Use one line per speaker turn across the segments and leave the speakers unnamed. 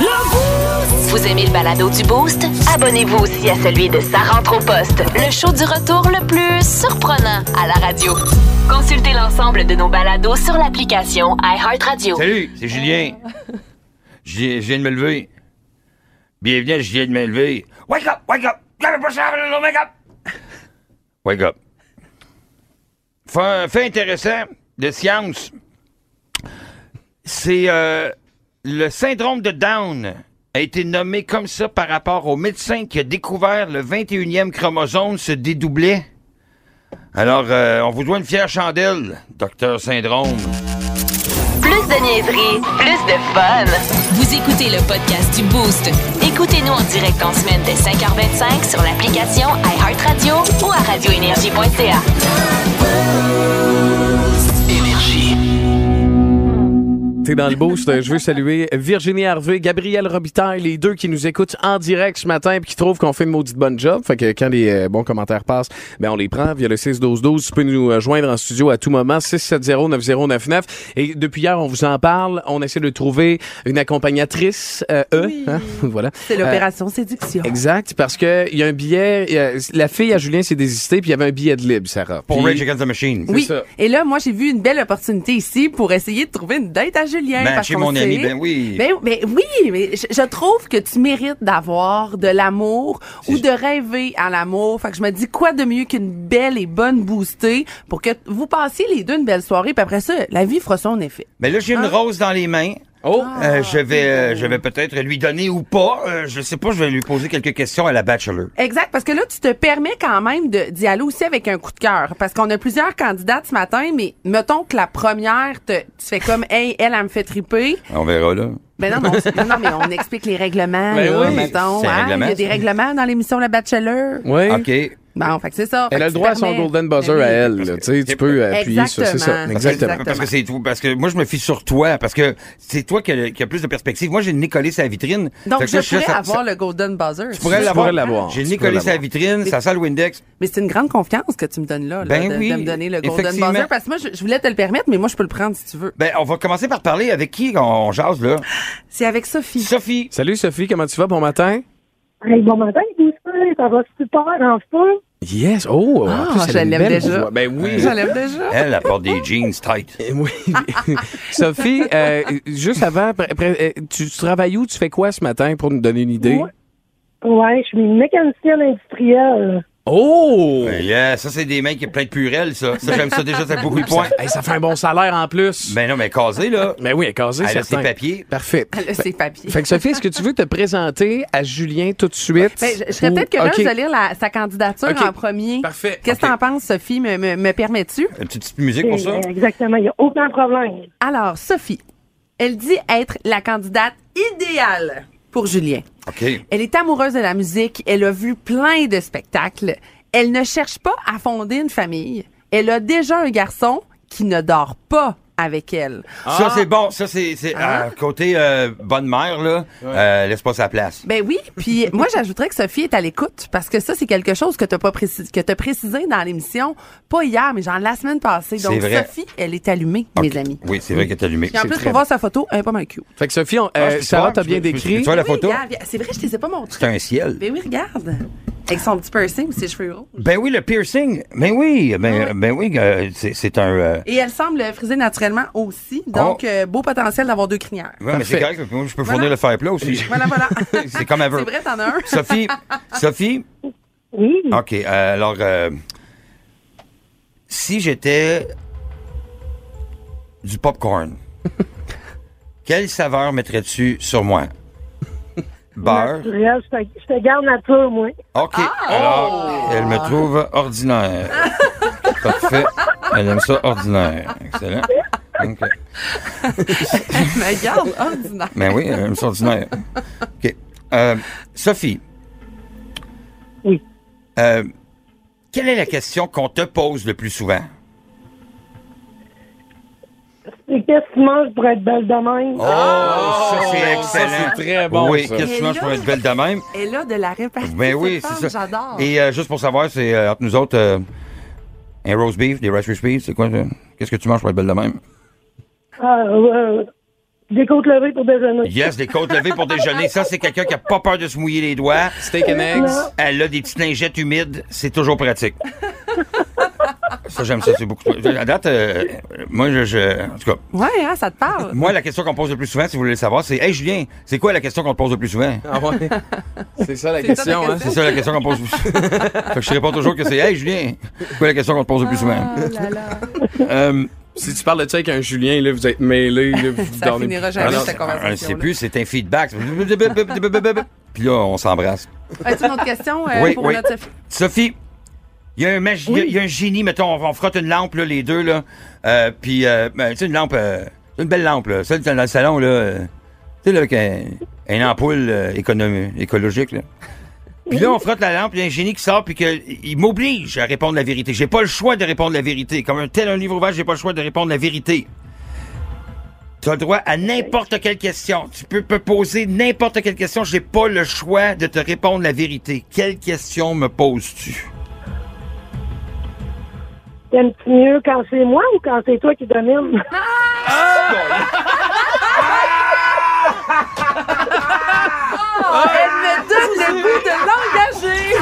Vous aimez le balado du Boost? Abonnez-vous aussi à celui de Sa rentre au poste, le show du retour le plus surprenant à la radio. Consultez l'ensemble de nos balados sur l'application iHeartRadio.
Salut, c'est Julien. Je je viens de me lever. Bienvenue, à je viens de me lever. Wake up, wake up. J'avais pas ça, mais non, wake up. Wake up. Fait, un fait intéressant de science. C'est euh, le syndrome de Down a été nommé comme ça par rapport au médecin qui a découvert le 21e chromosome se dédoublait. Alors, euh, on vous doit une fière chandelle, docteur syndrome.
Plus de niaiserie, plus de fun. Vous écoutez le podcast du Boost. Écoutez-nous en direct en semaine dès 5h25 sur l'application iHeartRadio ou à radioénergie.ca.
T'es dans le boost. Euh, Je veux saluer Virginie Hervé, Gabriel Robitaille, les deux qui nous écoutent en direct ce matin et qui trouvent qu'on fait une maudite bonne job. Fait que quand les euh, bons commentaires passent, ben on les prend via le 6-12-12. Tu peux nous euh, joindre en studio à tout moment, 670-9099. Et depuis hier, on vous en parle. On essaie de trouver une accompagnatrice, euh, E. hein, voilà. Euh,
C'est l'opération séduction.
Exact, parce que il y a un billet. euh, la fille à Julien s'est désistée, puis il y avait un billet de libre, Sarah.
Pour
Puis-
Rage Against the Machine.
Oui.
ça.
Et là, moi, j'ai vu une belle opportunité ici pour essayer de trouver une date à Julien.
Ben,
parce
chez
qu'on
mon
sait-
ami, ben oui.
Ben, ben oui, mais je, je trouve que tu mérites d'avoir de l'amour ou de rêver à l'amour. Fait que je me dis quoi de mieux qu'une belle et bonne boostée pour que vous passiez les deux une belle soirée. Puis après ça, la vie fera son effet.
Mais là,
Ah.
j'ai une rose dans les mains.
Oh!
Euh, je vais, euh, je vais peut-être lui donner ou pas. Euh, je sais pas, je vais lui poser quelques questions à la bachelor.
Exact, parce que là, tu te permets quand même de- d'y aller aussi avec un coup de cœur. Parce qu'on a plusieurs candidates ce matin, mais mettons que la première, te- tu fais comme, hey, elle, elle, me fait triper.
On verra là.
Ben non, mais on, non, mais on explique les règlements,
Ben
là,
oui,
mettons.
c'est un
hein. Il y
règlement,
a des
ça.
règlements dans l'émission La Bachelor.
Oui.
OK.
Bon, fait que c'est ça. Fait
Elle
que
a le
tu
droit à
te
son
permets.
golden buzzer
Ben
à
oui.
elle. là. Tu sais, tu peux appuyer sur. C'est ça.
Exactement.
Exactement.
Parce que c'est tout, parce que moi je me fie sur toi, parce que c'est toi qui a, qui a plus de perspectives. Moi j'ai le nez collé sur la vitrine.
Donc,
Fait que
je
là, suis là,
pourrais
ça-
avoir
ça-
le golden buzzer.
Tu pourrais
Tu pourrais l'avoir.
l'avoir. J'ai le
Tu
nez
pourrais
collé sur la
l'avoir.
vitrine, ça sent le Windex.
Mais c'est une grande confiance que tu me donnes là, là,
Ben
de,
oui,
de me donner le golden
effectivement.
buzzer. Parce que moi, je, je voulais te le permettre, mais moi, je peux le prendre si tu veux.
Ben, on va commencer par parler avec qui on, on jase, là?
C'est avec Sophie.
Sophie.
Salut Sophie, comment tu vas? Bon matin.
Hey, bon matin, Boosty, ça va super, en feu.
Yes. Oh, en
Ah,
plus, elle a
je
une
l'aime
belle
déjà.
voix. Ben oui.
Je l'ai déjà.
Elle, elle porte des jeans tight.
Eh oui. Sophie, euh, juste avant, pr- pr- euh, tu, tu travailles où? Tu fais quoi ce matin pour nous donner une idée?
Moi- Ouais, je suis mécanicienne industrielle.
Oh!
Ben, yeah, ça, c'est des mains qui ont plein de purelles, ça. Ça, j'aime ça déjà, ça fait beaucoup de points.
Hey, ça fait un bon salaire en plus.
Ben non, mais casé, là.
Ben oui, casé,
Elle a ses
certain.
papiers.
Parfait.
Elle a ses papiers.
Fait que Sophie, est-ce que tu veux te présenter à Julien tout de suite?
Ben, je, je serais
Ou-
peut-être curieuse
OK.
de lire la- sa candidature
Ok.
en premier.
Parfait.
Qu'est-ce que
Ok.
t'en penses, Sophie? Me, me- me permets-tu?
Une petite, petite musique pour ça.
Euh, Exactement, il n'y a aucun problème.
Alors, Sophie, elle dit être la candidate idéale pour Julien.
OK.
Elle est amoureuse de la musique, elle a vu plein de spectacles, elle ne cherche pas à fonder une famille, elle a déjà un garçon qui ne dort pas avec elle.
Ça, c'est bon. Ça, c'est, c'est
Hein?
euh, côté euh, bonne mère, là. euh, laisse pas sa place.
Ben oui, puis moi j'ajouterais que Sophie est à l'écoute parce que ça c'est quelque chose que t'as pas précisé, que t'as précisé dans l'émission, pas hier mais genre la semaine passée.
C'est
Donc
vrai.
Sophie, elle est allumée,
OK.
mes amis.
Oui, c'est vrai qu'elle est allumée.
Puis en plus pour voir sa photo, elle est pas mal cute.
Fait que Sophie, on,
Ah,
euh,
je peux
Sarah
voir,
t'a
je
bien
peux- je peux-
décrit.
Tu vois la
Oui,
photo?
regarde, regarde, c'est vrai, je t'ai pas montré.
C'est un ciel.
Ben oui, regarde. Avec son petit piercing, puis ses cheveux rouges.
Ben oui, le piercing. Ben oui,
Ah
ben, ben oui, euh, c'est, c'est un... euh,
Et elle semble friser naturellement aussi. Donc,
Oh.
euh, beau potentiel d'avoir deux crinières.
ouais, mais c'est
Parfait.
correct. Moi, je peux fournir le fair play aussi.
Voilà, voilà.
C'est comme elle veut.
C'est vrai, t'en as un.
Sophie, Sophie,
Oui,
OK. euh, alors, euh, si j'étais du popcorn, quelle saveur mettrais-tu sur moi? Beurre.
naturel, je te- je te garde nature, moi.
OK. Alors, elle me trouve ordinaire. Parfait. Elle aime ça ordinaire. Excellent. OK.
Mais regarde, ordinaire.
Ben oui, elle aime ça ordinaire. OK. Euh, Sophie.
Oui.
Euh, quelle est la question qu'on te pose le plus souvent?
Et qu'est-ce que tu manges pour être belle de même?
Oh, ça c'est excellent.
c'est très bon,
Oui,
ça.
qu'est-ce que tu manges pour être belle de même?
Elle a de la répartition.
Ben oui, c'est ça.
J'adore.
Et euh, juste pour savoir, c'est euh, entre nous autres, euh, un roast euh, beef, des rice krispies, c'est quoi? ça? Qu'est-ce que tu manges pour être belle de même?
Ah, euh, Des côtes levées pour déjeuner.
Yes, des côtes levées pour déjeuner. Ça, c'est quelqu'un qui a pas peur de se mouiller les doigts.
Steak and eggs.
Elle a des petites lingettes humides. C'est toujours pratique. Ça, j'aime ça. C'est beaucoup. À date, euh, moi, je, je- En tout cas,
Ouais, hein, ça te parle.
moi, la question qu'on me pose le plus souvent, si vous voulez le savoir, c'est Hey, Julien, c'est quoi la question qu'on te pose le plus souvent?
Ah ouais. C'est ça la
C'est ça la
question, hein?
question.
C'est ça la question qu'on me pose le plus souvent. Fait que je réponds toujours que c'est Hey, Julien, c'est quoi la question qu'on te pose le plus souvent?
Oh là là.
Euh,
Si tu parles de ça avec un Julien, là, vous êtes mêlé, là, vous
Ça
dormez-
finira jamais,
Ah non,
cette
je sais
conversation.
plus, c'est un feedback. Puis là, on s'embrasse.
As-tu une autre question euh,
Oui,
pour
oui.
notre Sophie?
Sophie, il y, a un magi- il y a- il y a un génie, mettons, on, on frotte une lampe, là, les deux, là. euh, puis, euh, ben, tu sais, une lampe, euh, une belle lampe, là, celle dans le salon, là. euh, tu sais, là, avec un, une ampoule euh, économi- écologique, là. Puis là, on frotte la lampe, il y a un génie qui sort, puis que, il m'oblige à répondre la vérité. J'ai pas le choix de répondre la vérité. Comme un tel un livre ouvert, j'ai pas le choix de répondre la vérité. Tu as le droit à n'importe quelle question. Tu peux me poser n'importe quelle question. J'ai pas le choix de te répondre la vérité. Quelle question me poses-tu?
T'aimes-tu mieux quand c'est moi ou quand c'est toi qui domine?
Oh, elle me donne le goût de l'engager!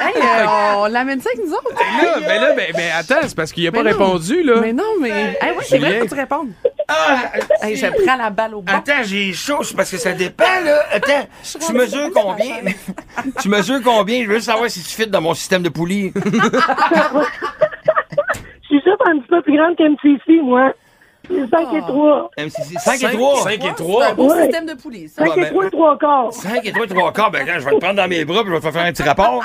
hey, euh, on l'amène ça avec nous autres?
Là, mais Ah, ben là, mais, mais attends, c'est parce qu'il a pas
Mais non.
répondu, là.
Mais non, mais. Hey, oui, c'est vrai,
Julien.
faut que tu répondes.
Ah,
Hey, je prends la balle au bon.
Attends, j'ai chaud, c'est parce que ça dépend, là. Attends, tu mesures combien? tu mesures combien? Je veux juste savoir si tu fites dans mon système de poulie.
Je suis juste un petit peu plus grande qu'MCC, moi. C'est 5 et 3.
MCC, 5 et 3.
5 et
Oh, C'est un
3.
beau
Ouais.
système de poulies, ça.
5
ben-
et 3 et 3 quarts.
5 et 3, 3 quarts. Ben, quand je vais te prendre dans mes bras, puis je vais te faire un petit rapport.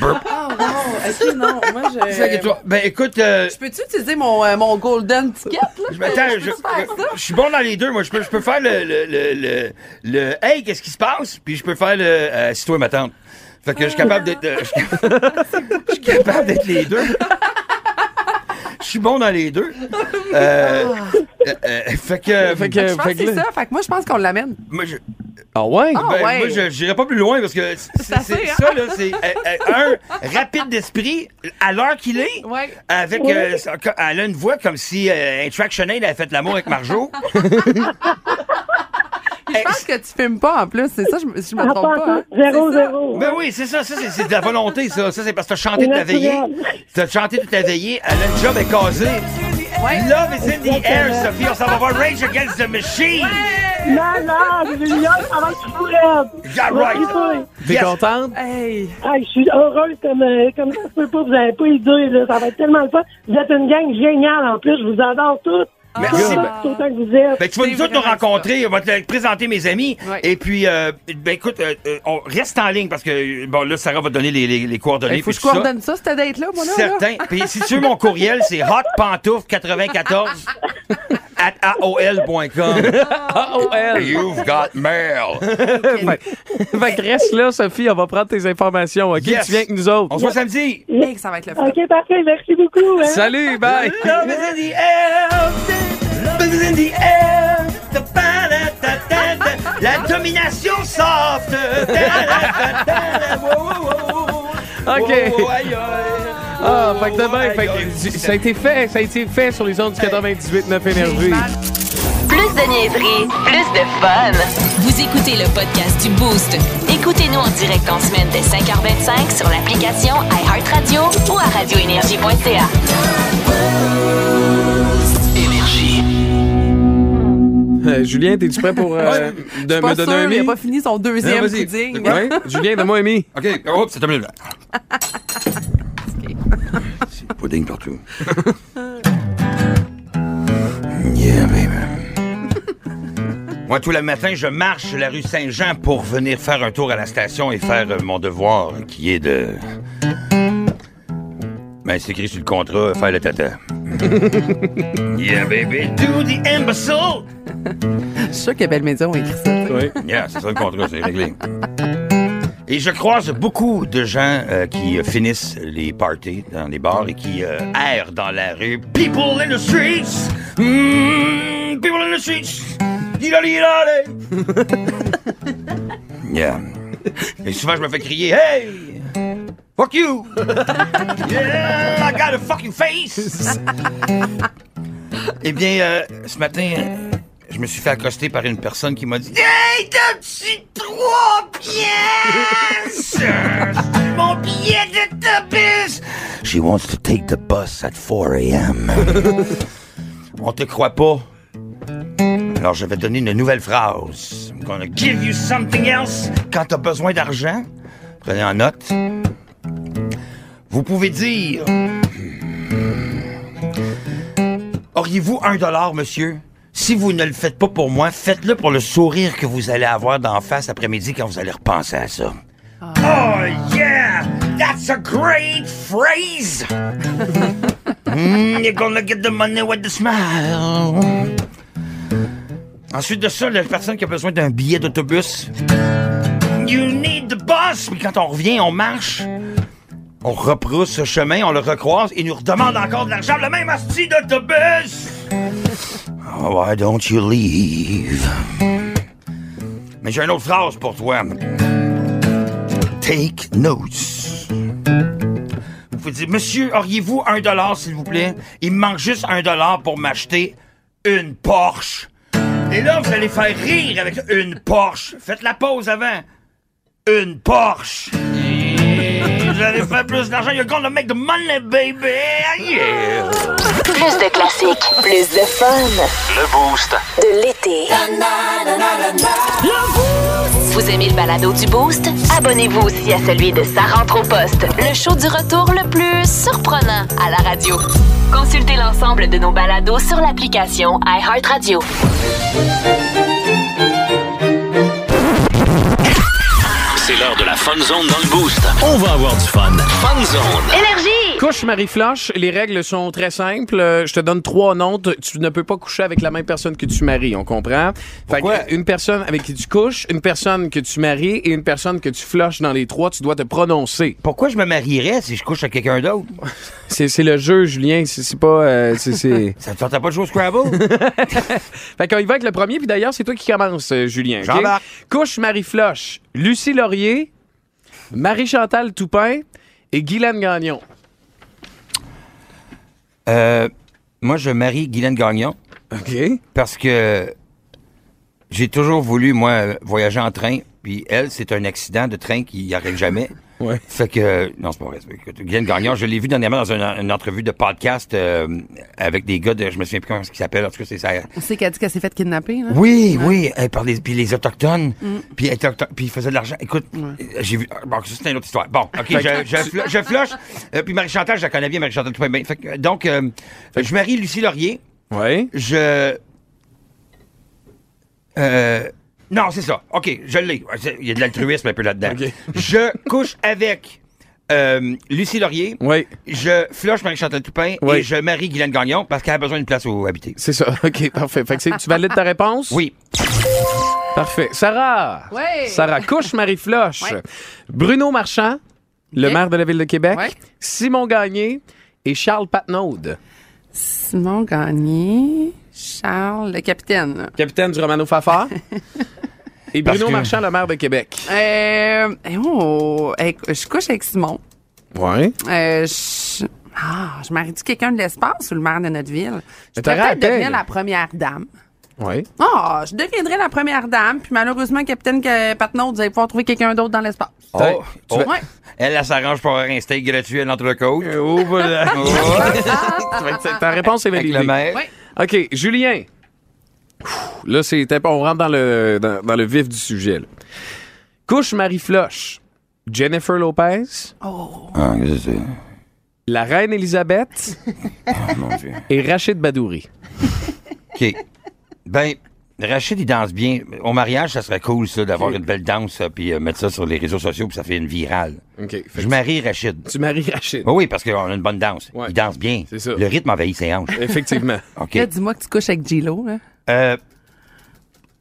Oh, wow. Ok, non, moi, je.
5 et 3. Ben, écoute, euh,
Je peux-tu utiliser mon, euh, mon golden ticket, là?
je m'attends, Euh, je,
Peux-tu faire ça?
je suis bon dans les deux. Moi, je peux, je peux faire le, le, le, le, le Hey, qu'est-ce qui se passe? Puis je peux faire le euh, Si toi, ma tante. Fait que je suis capable d'être. euh, je suis capable d'être les deux. Je suis bon dans les deux. Euh, euh, euh, fait que.
Fait que,
Je pense
fait
que
que
c'est
là-
ça. Fait que moi, je pense qu'on l'amène.
Moi, je,
Ah ouais?
Ah.
ben,
ouais.
moi, je- j'irai pas plus loin parce que c'est c'est-
assez,
c'est
hein?
ça, là. C'est euh, euh, un rapide d'esprit à l'heure qu'il est.
Ouais.
Avec, euh, ça- elle a une voix comme si euh, Intraction Aid avait fait l'amour avec Marjo.
Je pense que tu filmes pas, en plus. C'est ça, je, me- je me
En
trompe pas.
passant,
hein. C'est ça.
0-0.
Ben oui, c'est ça, ça c'est- c'est de la volonté, ça. Ça, c'est parce que t'as chanté toute la veillée. T'as chanté toute la veillée. Elle a une job est casée.
Ouais.
Love is in the air, Sophie. On s'en va voir Rage Against the Machine.
Malade, Julien, ça va être fou, raide.
Yeah, right.
Écoutez,
T'es
Yes.
contente?
Hey!
hey, je suis heureuse comme, euh, comme ça se peut pas, vous avez pas le dire, là. ça va être tellement le fun. Vous êtes une gang géniale en plus, je vous adore toutes.
Merci.
Tout
Ah.
Ben-
autant que vous êtes.
Ben, tu vas
C'est
nous autres nous
vraiment
rencontrer, on va te le présenter mes amis.
Ouais.
Et puis, euh, ben écoute, euh, euh, on reste en ligne parce que, bon, là, Sarah va donner les, les, les coordonnées.
Il Ben, faut
puis
que je
tout ça.
coordonne ça, cette date-là, moi, là. là.
Certain. Puis si tu veux mon courriel, c'est hotpantouf94 at aol.com.
Ah, oh, elle!
You've got mail.
fait fait que reste là, Sophie, on va prendre tes informations, OK?
Yes.
Tu viens avec nous autres.
On se voit samedi.
Hey, que ça va être le fun.
Ok, parfait, merci beaucoup. hein.
Salut, bye!
Love is in the air. Love is in the air. Ta pa la ta ta ta. La domination soft. Ta la ta ta la. Wow, wow, wow.
OK.
Wow, wow, aïe, aïe.
Ah, fait que demain,
Aïe,
fait
aïe.
que tu- ça a été fait, ça a été fait sur les ondes du 98.9 Énergie.
Plus de niaiserie, plus de fun. Vous écoutez le podcast du Boost. Écoutez-nous en direct en semaine dès 5h25 sur l'application iHeartRadio ou à radioénergie.ca.
Euh, Julien, t'es-tu prêt pour euh, de me
Pas
donner
sûr,
un
il a
mi?
pas fini son deuxième
Non, vas-y.
pudding.
Ouais, Julien, donne-moi un mi.
OK, hop, c'est terminé. C'est pudding partout. yeah, baby. Moi, tous les matins, je marche la rue Saint-Jean pour venir faire un tour à la station et faire euh, mon devoir, qui est de... Ben, c'est écrit sur le contrat, faire le tata. yeah, baby, do the imbecile!
Je suis sûr que Belle Maison a écrit ça.
Oui.
Yeah, c'est ça le contrat, c'est réglé. Et je croise beaucoup de gens euh, qui euh, finissent les parties dans les bars et qui euh, errent dans la rue. People in the streets! Mm, people in the streets! Didalidale. Yeah. Et souvent, je me fais crier Hey! Fuck you! yeah, I got a fucking face! eh bien, euh, ce matin, euh, je me suis fait accoster par une personne qui m'a dit Hey, t'as-tu trois pièces? C'est Mon billet de tapis! She wants to take the bus at 4 a.m. On te croit pas? Alors, je vais donner une nouvelle phrase. I'm gonna give you something else quand t'as besoin d'argent. Prenez en note. Vous pouvez dire Auriez-vous un dollar, monsieur? Si vous ne le faites pas pour moi, faites-le pour le sourire que vous allez avoir d'en face après-midi quand vous allez repenser à ça. Oh yeah! That's a great phrase! Mm, you're gonna get the money with the smile. Ensuite de ça, la personne qui a besoin d'un billet d'autobus. You need the bus! Puis quand on revient, on marche. On reprousse ce chemin, on le recroise et nous redemande encore de l'argent, le même asti d'autobus! Oh, why don't you leave? Mais j'ai une autre phrase pour toi. Take notes. Vous pouvez dire, monsieur, auriez-vous un dollar, s'il vous plaît? Il me manque juste un dollar pour m'acheter une Porsche. Et là, vous allez faire rire avec une Porsche. Faites la pause avant. Une Porsche. Vous allez faire plus d'argent. You're gonna make the money, baby. Ah, Yeah.
Plus de classiques, plus de fun.
Le boost.
de l'été. Vous aimez le balado du Boost? Abonnez-vous aussi à celui de Sa rentre au poste, le show du retour le plus surprenant à la radio. Consultez l'ensemble de nos balados sur l'application iHeartRadio.
C'est l'heure de la fun zone dans le boost. On va avoir du fun. Fun zone.
Couche Marie-Floche, les règles sont très simples. Euh, je te donne trois noms. Tu- Tu ne peux pas coucher avec la même personne que tu maries, on comprend? Fait que,
Pourquoi?
euh, une personne avec qui tu couches, une personne que tu maries et une personne que tu flushes dans les trois, tu dois te prononcer.
Pourquoi je me marierais si je couche avec quelqu'un d'autre?
C'est c'est le jeu, Julien. C'est c'est pas... euh, c'est- c'est-
Ça te tentait pas de jouer au Scrabble?
Fait qu'on y va avec le premier, puis d'ailleurs, c'est toi qui commence, euh, Julien. ok?
J'embarque.
Couche Marie-Floche, Lucie Laurier, Marie-Chantal Toupin et Guylaine Gagnon.
euh, moi, je marie Guylaine Gagnon
OK.
parce que j'ai toujours voulu, moi, voyager en train. Puis elle, c'est un accident de train qui n'arrive jamais.
Ouais.
Fait que, non, c'est pas vrai. Écoute, Guylaine Gagnon, je l'ai vu dernièrement dans une, une entrevue de podcast euh, avec des gars de, je me souviens plus comment ils s'appellent, en tout cas, c'est ça.
On sait qu'elle dit qu'elle s'est fait kidnapper. Là.
Oui, oui, elle parlait, puis les autochtones, puis, elle était aucto- puis ils faisaient de l'argent. Écoute, euh, j'ai vu, bon, ça c'est une autre histoire. Bon, ok, je, je, fl- je flush, euh, puis Marie-Chantal, je la connais bien, Marie-Chantal Toupin. Ben, fait que, euh, donc, euh, je marie Lucie Laurier,
Ouais.
je... Euh, non, c'est ça, ok, je l'ai. Il y a de l'altruisme un peu là-dedans.
Ok.
Je couche avec euh, Lucie Laurier,
Ouais.
je flush Marie-Chantal Toupin,
Oui.
et je marie Guylaine Gagnon, parce qu'elle a besoin d'une place où habiter.
C'est ça. OK, parfait. Fait que c'est- tu valides ta réponse?
Oui,
Parfait. Sarah.
Ouais.
Sarah Couche Marie Floche.
Ouais.
Bruno Marchand, le
Ok.
maire de la ville de Québec.
Ouais.
Simon Gagné et Charles Patnaud.
Simon Gagné, Charles, le capitaine. là.
Capitaine du Romano Fafard. et
Parce
Bruno
que-
Marchand, le maire de Québec.
Euh, eh oh, eh, je couche avec Simon.
Ouais.
Euh, je... Ah, je marie-tu quelqu'un de l'espace ou le maire de notre ville? Je
t'aurais
pourrais peut-être
à
devenir
peine.
la première dame.
Ouais.
Ah, je deviendrai la première dame, puis malheureusement, capitaine que- Patnaud, vous allez pouvoir trouver quelqu'un d'autre dans l'espace.
Oh,
Tu
oh.
vas-
Ouais.
Elle, elle s'arrange pour avoir un steak gratuit à l'entrecôte.
Oh, voilà. Ah,
Oh.
Ta réponse est
Avec
validée.
le maire.
Ouais.
OK, Julien. Ouh, Là, c'est imp- on rentre dans le, dans, dans le vif du sujet. là. Couche Marie Floche, Jennifer Lopez,
Ah, qu'est-ce que c'est?
la reine Elisabeth
Mon Dieu.
et Rachid Badouri.
OK. Ben, Rachid, il danse bien. Au mariage, ça serait cool, ça, d'avoir une belle danse, euh, puis euh, mettre ça sur les réseaux sociaux, puis ça fait une virale.
OK, fait
Je
que
marie Rachid.
tu maries Rachid.
Oui, oui, parce qu'on a une bonne danse.
Ouais.
Il danse bien.
C'est ça.
Le rythme envahit ses hanches.
Effectivement.
OK.
Là, dis-moi que tu couches avec Gilo, là.
Euh,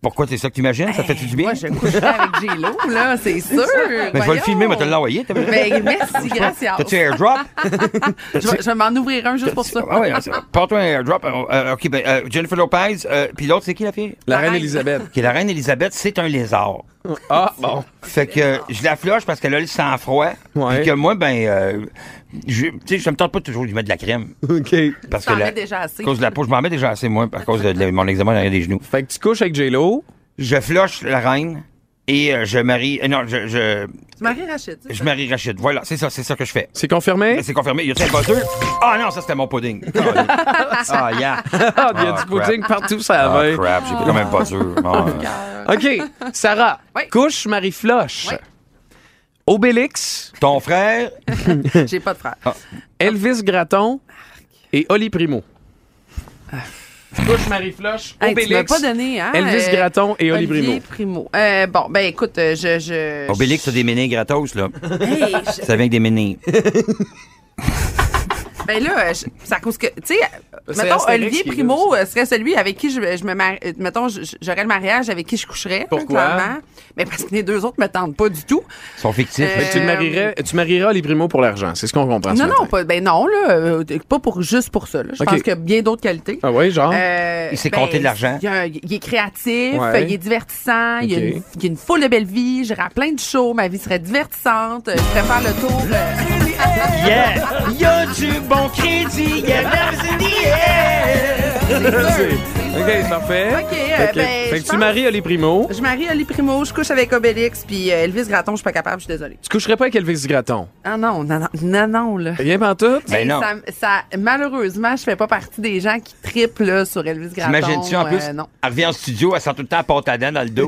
Pourquoi c'est ça que tu imagines? Ça fait du bien?
Moi, je coucherai avec J-Lo, là, c'est sûr.
Mais Ben, je vais le filmer, mais te l'envoyer. t'as-
Ben, merci, gracias.
T'as-tu un airdrop?
Je vais, je vais m'en ouvrir un juste pour ça.
Ah oui, porte-toi un airdrop. Euh, euh, OK, ben, euh, Jennifer Lopez, euh, puis l'autre, c'est qui la fille?
La
reine.
reine Elisabeth.
Qui est la reine Elisabeth, c'est un lézard.
Ah, bon.
Fait que euh, je la floche parce qu'elle a le sang froid.
Ouais.
Puis que moi, ben, euh, je, tu sais, je me tente pas toujours de lui mettre de la crème.
OK. Fait
Parce
T'en
que la-
mets déjà assez.
À cause de la peau, je m'en mets déjà assez, moi, à cause de, de mon examen derrière les genoux.
que tu couches avec J-Lo.
Je floche la reine et euh, je marie. euh, non, je, je,
Tu maries Rachid. tu sais.
je marie Rachid. Voilà, c'est ça, c'est ça que je fais.
C'est confirmé?
Mais C'est confirmé. Y a-t-il un buzzer? Ah non, ça c'était mon pudding. Ah, yeah.
Ah, il y a
Ah,
du pudding partout, ça
Ah,
va.
crap, j'ai pris quand même pas dur.
OK. Sarah,
Oui.
couche Marie-Floche.
Oui.
Obélix,
Ton frère,
J'ai pas de frère.
Ah.
Elvis Gratton et Oli Primo. Couche Marie-Floche,
Ah. Hey, tu m'as
Obélix.
pas donné, hein?
Elvis Gratton et Oli
Olivier Primo. Euh, bon, ben écoute, euh, je. je
Obélix, t'as des ménés gratos, là.
Hey, je-
Ça vient avec des ménés.
ben là, euh, je- c'est à cause que. Tu sais, euh,
C'est
mettons,
Astérix
Olivier
qui est
Primo euh, serait celui avec qui je, je me marie. euh, Mettons, je- je- j'aurais le mariage avec qui je coucherais.
Pourquoi?
Mais parce que les deux autres me tentent pas du tout.
Ils sont fictifs.
Euh,
Mais tu, le marierais, tu marieras Oli Primo pour l'argent, c'est ce qu'on comprend. ce
Non,
matin.
non, pas, ben non, là. euh, Pas pour, juste pour ça, là. Je
Ah, Ok.
pense qu'il y a bien d'autres qualités.
Ah oui, genre?
Euh,
Il sait compter de l'argent.
Il, y a un- il est créatif,
Ouais.
euh, il est divertissant, il, y a
Ok.
une, il y a une foule de belle vie, j'irai à plein de shows, ma vie serait divertissante, euh, je pourrais faire le tour. euh,
Yeah! Y a du bon crédit, y a
C'est- OK, parfait.
Ok, euh,
OK.
ben,
fait
je
que tu
pense-
maries Oli Primo.
Je marie Oli Primo, je couche avec Obélix, puis euh, Elvis Gratton, je suis pas capable, je suis désolée.
Tu coucherais pas avec Elvis Gratton.
Ah non, non, non, non, non, là.
Rien pantoute?
Ben
Hey,
non.
Ça, ça- malheureusement, je fais pas partie des gens qui triplent là, sur Elvis Gratton.
T'imagines-tu en
euh,
plus?
non.
Elle revient en studio, elle sent tout le temps la pâte à dents dans le dos.